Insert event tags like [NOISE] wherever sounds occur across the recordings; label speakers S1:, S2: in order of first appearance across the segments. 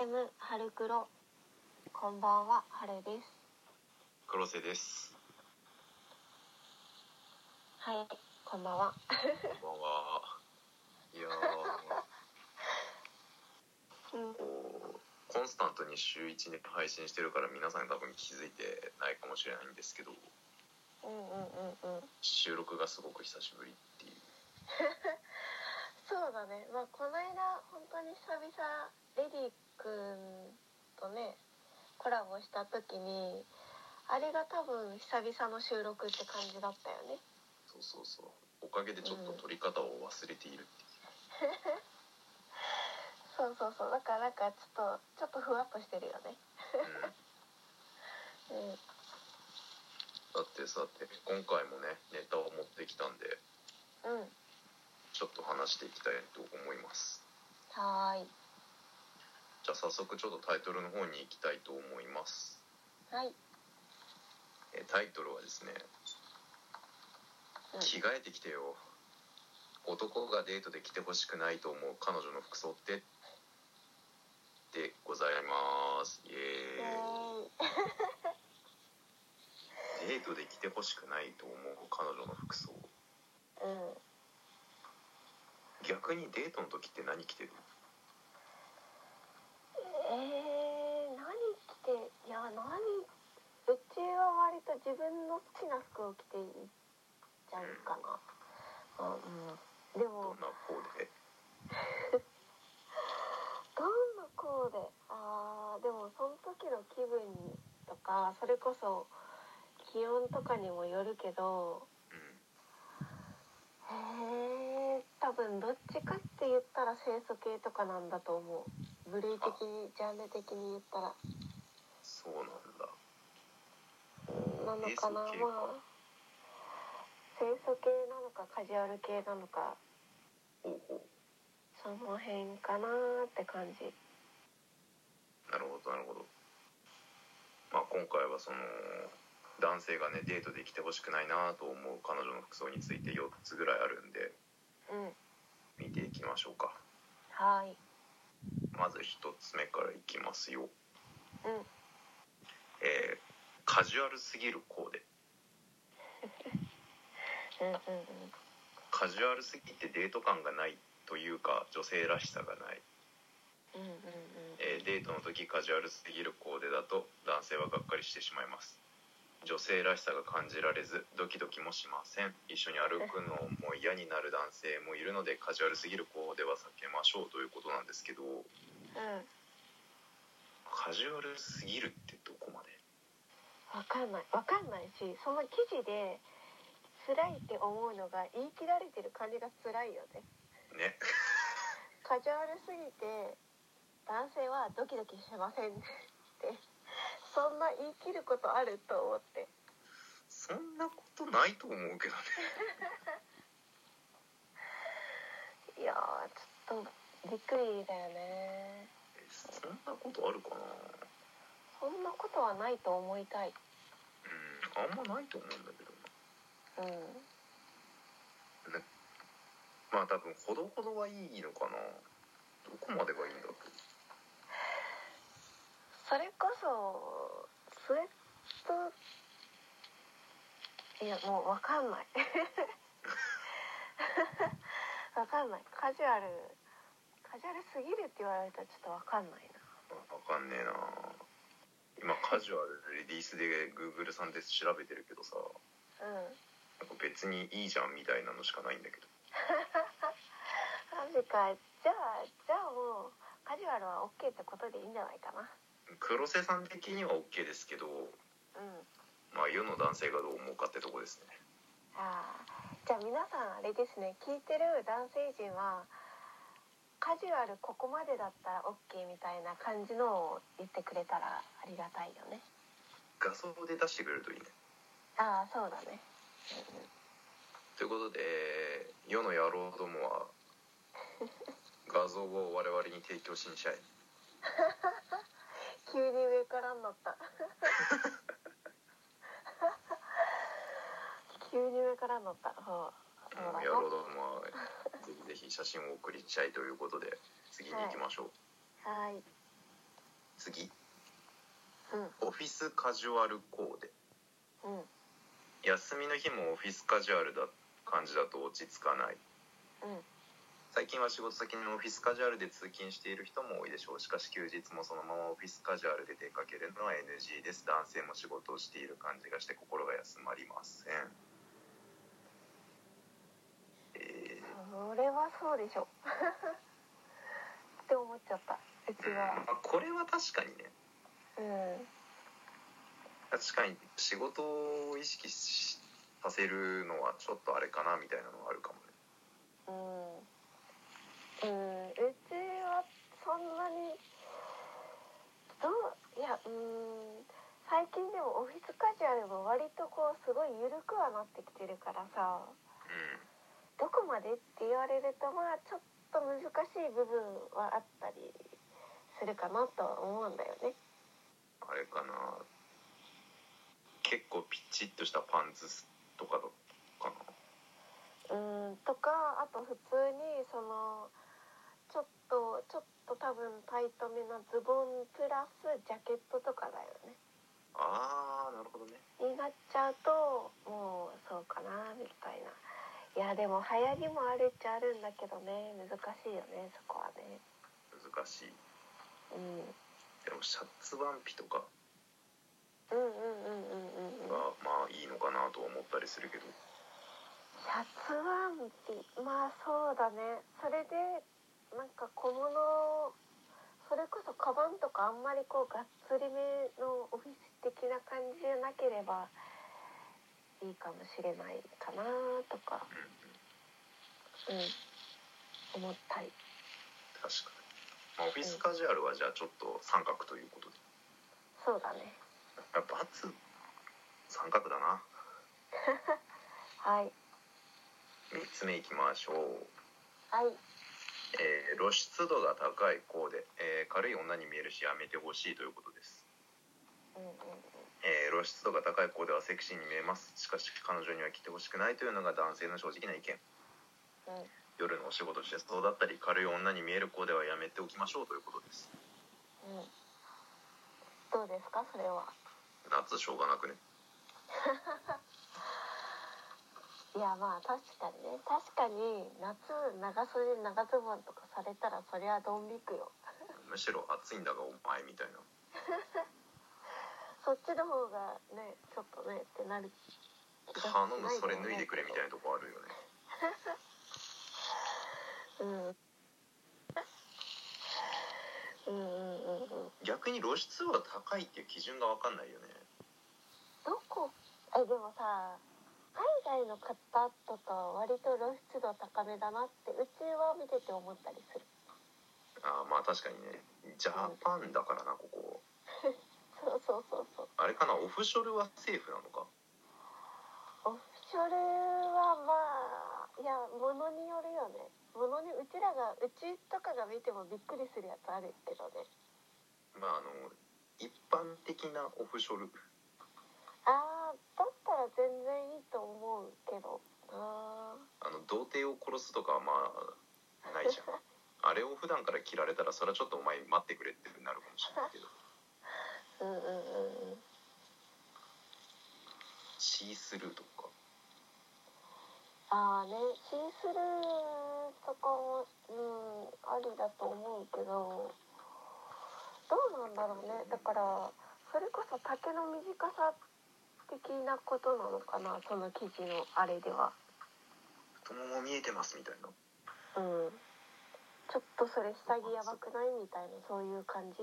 S1: M 春黒こんばんは春です
S2: 黒瀬です。
S1: はいこんばんは
S2: こんばんは。いやー、
S1: うん
S2: こうコンスタントに週一で配信してるから皆さん多分気づいてないかもしれないんですけど、
S1: うんうんうんうん
S2: 収録がすごく久しぶりっていう。
S1: そうだねまあこの間本当に久々レディ君とねコラボした時にあれが多分久々の収録って感じだったよね
S2: そうそうそう。おかげでちょっと撮り方を忘れているっていう。
S1: そうそうそうだからなんかちょっとちょっとふわっとしてるよね
S2: うん、だ
S1: うん
S2: ってさて、今回もね、ネタを持ってきたんで、
S1: うん
S2: ちょっと話していきたいと思います。
S1: はーい
S2: じゃあ早速ちょっとタイトルの方に行きたいと思います。
S1: はい、
S2: えタイトルはですね、
S1: うん
S2: 着替えてきてよ男がデートで着てほしくないと思う彼女の服装ってでございますイ
S1: イエ
S2: エ
S1: ーイ
S2: ーイデートで着てほしくないと思う彼女の服装
S1: うん
S2: 逆にデートの時って何着てる
S1: えー、何着ていや何うちは割と自分の好きな服を着ていっちゃうかな、あうん、で
S2: ど
S1: も
S2: んな方で
S1: どんなコーデあーでもその時の気分とかそれこそ気温とかにもよるけど
S2: う
S1: へえ多分どっちかって言ったら清楚系とかなんだと思う部類的にジャンル的に言ったら
S2: んそうなん
S1: な
S2: だ
S1: のかな
S2: 清楚系か
S1: まあ清楚系なのかカジュアル系なのか
S2: ほうほ
S1: その辺かなーって感じ
S2: うなるほどなるほどまあ今回はその男性がねデートで着てほしくないなと思う彼女の服装について4つぐらいあるんで
S1: うん
S2: 見ていきましょうか
S1: はい
S2: まず一つ目からいきますよ、
S1: うん
S2: えーカジュアルすぎるコーデ
S1: うんうんうん
S2: カジュアルすぎてデート感がないというか女性らしさがない、
S1: うんうんうん
S2: えーデートの時カジュアルすぎるコーデだと男性はがっかりしてしまいます女性らしさが感じられずドキドキもしません一緒に歩くのも嫌になる男性もいるのでカジュアルすぎるコーデは避けましょうということなんですけど
S1: うん
S2: カジュアルすぎるってどこまで
S1: わかんないわかんないしその記事で辛いって思うのが言い切られてる感じが辛いよね
S2: ね
S1: カジュアルすぎて男性はドキドキしてませんってそんな言い切ることあると思って
S2: そんなことないと思うけどね
S1: いやーちょっとびっくりだよね
S2: そんなことあるかな
S1: そんなことはないと思いたい
S2: うんあんまないと思うんだけ
S1: うん
S2: ど
S1: うん
S2: なまあ多分ほどほどはいいのかなどこまでがいいんだろう
S1: それこそスウェットいやもうわかんない [LAUGHS] わかんないカジュアルカジュアルすぎるって言われたらちょっとわかんないな
S2: あわかんねえな今カジュアルレディースで Google さんで調べてるけどさ
S1: うん
S2: なんか別にいいじゃんみたいなのしかないんだけど
S1: マジかじゃあじゃあもうカジュアルは OK ってことでいいんじゃないかな
S2: 黒瀬さん的には OK ですけど
S1: うん
S2: まあ世の男性がどう思うかってとこですね
S1: あーじゃあ皆さんあれですね聞いてる男性陣はカジュアルここまでだったら OK みたいな感じのを言ってくれたらありがたいよね
S2: 画像で出してくれるといいね
S1: ああそうだね
S2: ということで世の野郎どもは画像を我々に提供しにしゃい
S1: 急に上からになった急に上からになったそうそうだ
S2: もう
S1: ね
S2: 野郎どもはぜひぜひ写真を送りちゃいということで次に行きましょう、
S1: はい
S2: 次
S1: うん
S2: オフィスカジュアルコーデ
S1: うんうん
S2: 休みの日もオフィスカジュアルだ感じだと落ち着かない最近は仕事先のオフィスカジュアルで通勤している人も多いでしょうしかし休日もそのままオフィスカジュアルで出かけるのは NG です男性も仕事をしている感じがして心が休まりませんえー
S1: それはそうでしょ [LAUGHS] って思っちゃったうちは
S2: あこれは確かにね
S1: うん
S2: 確かに仕事を意識しさせるのはちょっとあれかなみたいなのはあるかもね
S1: うん、うん、うちはそんなにどういやうん最近でもオフィスカジュアルも割とこうすごい緩くはなってきてるからさどこまでって言われるとまあちょっと難しい部分はあったりするかなとは思うんだよね。
S2: うんあれかな結構ピチッとしたパンツとかだったかな
S1: うんとかあと普通にそのちょっとちょっと多分タイトめなズボンプラスジャケットとかだよね。
S2: あーなるほどね
S1: になっちゃうともうそうかなみたいないやでも流行りもあるっちゃあるんだけどね難しいよねそこはね
S2: 難しい
S1: うん
S2: でもシャツワンピとか
S1: うんうんうんうんうん
S2: が
S1: うん
S2: まあいいのかなとは思ったりするけど
S1: シャツワンピまあそうだねそれでなんか小物それこそカバンとかあんまりこうがっつりめのオフィス的な感じじゃなければいいかもしれないかなとか
S2: うんうん
S1: うん思ったり
S2: 確かに、まあ、オフィスカジュアルはじゃあちょっと三角ということで
S1: そうだね
S2: やっぱ×三角だな
S1: はい
S2: 3つ目いきましょう
S1: はい
S2: えー露出度が高いコーデ、えー軽い女に見えるしやめてほしいということです、
S1: うんうんうん
S2: えー露出度が高いコーデはセクシーに見えますしかし彼女には着てほしくないというのが男性の正直な意見
S1: うん
S2: 夜のお仕事してそうだったり軽い女に見えるコーデはやめておきましょうということです
S1: うんどうですかそれは
S2: 夏しょうがなくね
S1: いやまあ確かにね確かに夏長袖長ズボンとかされたらそりゃドン引くよ
S2: むしろ暑いんだがお前みたいな
S1: そっちの方がねちょっとねってなる
S2: 頼むそれ脱いでくれみたいなとこあるよね
S1: うんうんうんうんうん
S2: 逆に露出度が高いっていう基準が分かんないよね
S1: どこえでもさ海外の方とかは割と露出度高めだなってうちは見てて思ったりする
S2: あーまあ確かにねジャパンだからなここ
S1: そうそうそうそう
S2: あれかなオフショルはセーフなのか
S1: オフショルはまあいやものによるよねものにうちらがうちとかが見てもびっくりするやつあるけどね
S2: まああの一般的なオフショル
S1: ああだったら全然いいと思うけどな
S2: あの童貞を殺すとかはまあないじゃんあれを普段から着られたらそれはちょっとお前待ってくれってなるかもしれないけど
S1: うんうんうんうん
S2: シースルーとか
S1: ああねシースルーとかもうんありだと思うけどどうなんだろうねだからそれこそ丈の短さ的なことなのかなその記事のあれでは。
S2: 太もも見えてますみたいな
S1: うんちょっとそれ下着やばくないみたいなそういう感じ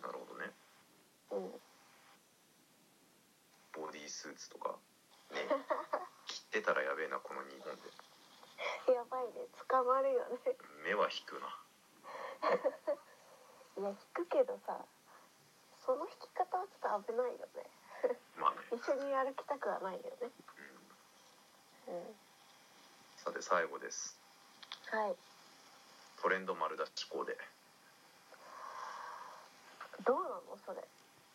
S2: なるほどね
S1: うん
S2: ボディースーツとかね着てたらやべえなこの日本で
S1: やばいね捕まるよね
S2: 目は引くない
S1: や引くけどさその引き方はちょっと危ないよね
S2: まあね、
S1: 一緒に歩きたくはないよね
S2: うん
S1: うん
S2: さて最後です
S1: はい
S2: トレンド丸出しコーデ
S1: どうなのそれ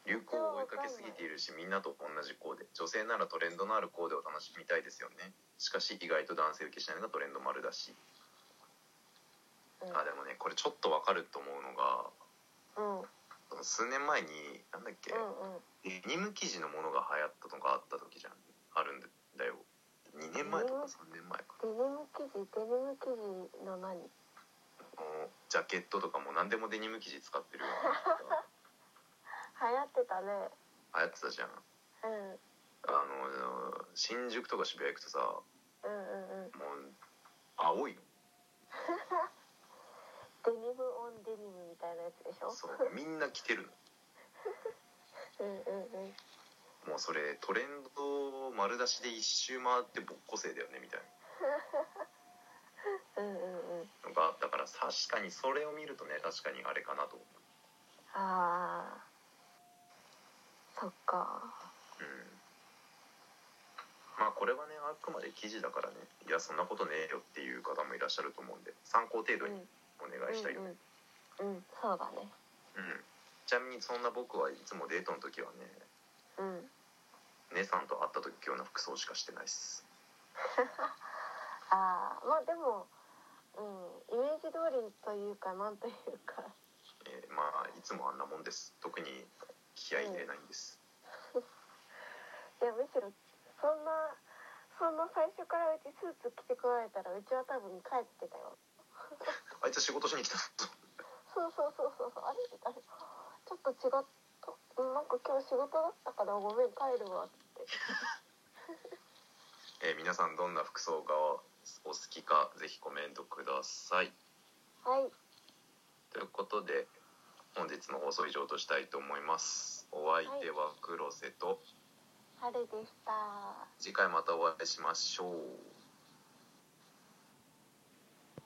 S2: 流行を追いかけすぎているしみんなと同じコーデ女性ならトレンドのあるコーデを楽しみたいですよねしかし意外と男性受けしないのがトレンド丸だし
S1: うん
S2: あでもねこれちょっとわかると思うのが
S1: うんうん
S2: その数年前になんだっけ、
S1: うん
S2: デニム生地のものが流行ったのがあった時じゃんあるんだよ2年前とか3年前か
S1: デニム生地デニム生地の何
S2: あのジャケットとかも何でもデニム生地使ってるような人が
S1: 流行ってたね
S2: 流
S1: [LAUGHS]
S2: 行ってたじゃん
S1: うん
S2: あの新宿とか渋谷行くとさも
S1: うんうんうん
S2: う青い
S1: デニムオンデニムみたいなやつでしょ
S2: のそうみんな着てる
S1: うんうんうん
S2: のもうそれトレンド丸出しで一周回ってぼっこ生だよねみたい
S1: うんうんうん
S2: なのがあったから確かにそれを見るとね確かにあれかなと思
S1: ああそっか
S2: ううんまあこれはねあくまで記事だからねいやそんなことねえよっていう方もいらっしゃると思うんで参考程
S1: う
S2: 度
S1: ん
S2: にお願いしたいよね
S1: うんうん、うん、そうだね
S2: うんちなみにそんな僕はいつもデートの時はね
S1: うん
S2: 姉さんと会った時ような服装しかしてないっす
S1: ああまあでもうんイメージ通りというかなんというか
S2: えーまあいつもあんなもんです特に気合い入れないんです、
S1: いやむしろそんなそんな最初からうちスーツ着てこられたらうちは多分帰ってたよ
S2: あいつ仕事しに来たぞ
S1: そうそうそうそうそうあれあれちょっと違ったうんなんか今日仕事だったからごめん帰るわ
S2: えー皆さんどんな服装がお好きかぜひコメントください
S1: はい
S2: ということで本日の放送以上としたいと思いますお相手は黒瀬と、
S1: 春でした
S2: 次回またお会いしましょう